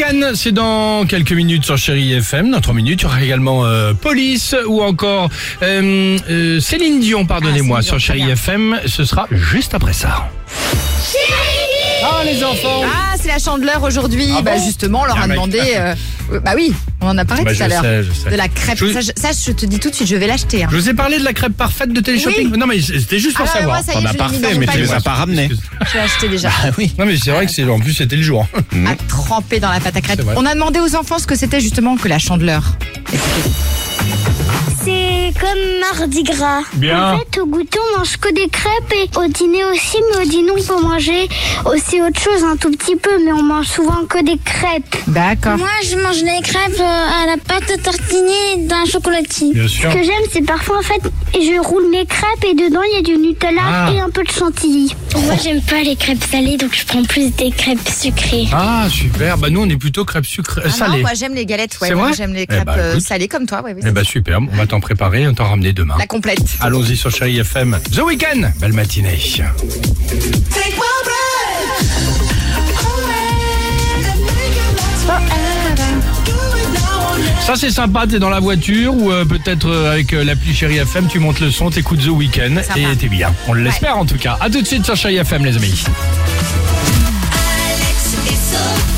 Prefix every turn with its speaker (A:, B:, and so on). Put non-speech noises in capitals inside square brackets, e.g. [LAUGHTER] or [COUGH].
A: Marine, c'est dans quelques minutes sur Chéri FM. Dans 3 minutes, il y aura également euh, Police ou encore euh, euh, Céline Dion, pardonnez-moi,
B: Ah, Céline Dion,
A: sur
B: très
A: Chéri
B: bien.
A: FM. Ce sera juste après ça. ah les enfants
B: Ah, c'est la chandeleur aujourd'hui.
A: Ah
B: bah
A: bon
B: justement, on leur
A: Ah,
B: a
A: mec.
B: demandé. euh, euh, bah oui, on en a parlé
A: Bah,
B: tout
A: je
B: à l'heure.
A: sais, je sais.
B: De la crêpe.
A: Je-
B: Ça, je, ça, je te dis tout de suite, je vais l'acheter. hein.
A: Je vous ai parlé de la crêpe parfaite de Téléshopping. Non, mais c'était juste pour
B: Ah,
A: savoir.
B: moi, ça y est, je l'ai mis dans mon
C: mais tu les
B: panier.
C: as pas ramenés.
B: Je vais l'acheter déjà.
A: Non, mais c'est vrai que c'est, en plus, c'était le
B: [LAUGHS]
A: jour.
B: À tremper dans la pâte à crêpe.
A: C'est vrai.
B: On a demandé aux enfants ce que c'était justement que la chandeleur.
D: C'est comme Mardi Gras.
A: Bien.
D: En fait, au goûter, on mange que des crêpes et au dîner aussi, mais au dîner, on peut manger aussi autre chose un tout petit peu, mais on mange souvent que des crêpes.
A: Ah.
B: D'accord.
D: Moi, je mange des crêpes euh, à la pâte à tartiner d'un chocolatier.
A: Bien sûr.
D: Ce que j'aime, c'est parfois, en fait, je roule mes crêpes et dedans, il y a du Nutella
A: Ah.
D: et un peu de chantilly. Moi, j'aime pas les crêpes salées, donc je prends plus des crêpes sucrées.
A: Ah, super. Bah, nous, on est plutôt crêpe sucrée,
B: Ah non,
A: salée.
B: moi j'aime les galettes, ouais,
A: C'est
B: moi
A: vrai
B: j'aime
A: Eh
B: les crêpes
A: bah,
B: euh,
A: écoute.
B: salées comme toi, ouais, oui.
A: Eh ben, super. On va t'en préparer et on t'en ramener demain.
B: La complète.
A: Allons-y sur Chéri FM. The Weekend. Belle matinée.
E: Take my breath away and make it last forever. Do it now or never.
A: Ça, c'est sympa. T'es dans la voiture ou euh, peut-être euh, avec euh, l'appli Chéri FM, tu montes le son, t'écoutes The Weekend
B: Sympa.
A: et t'es bien. On l'espère en tout cas. À tout de suite sur Chéri FM, les amis.
E: Alex et Sophie.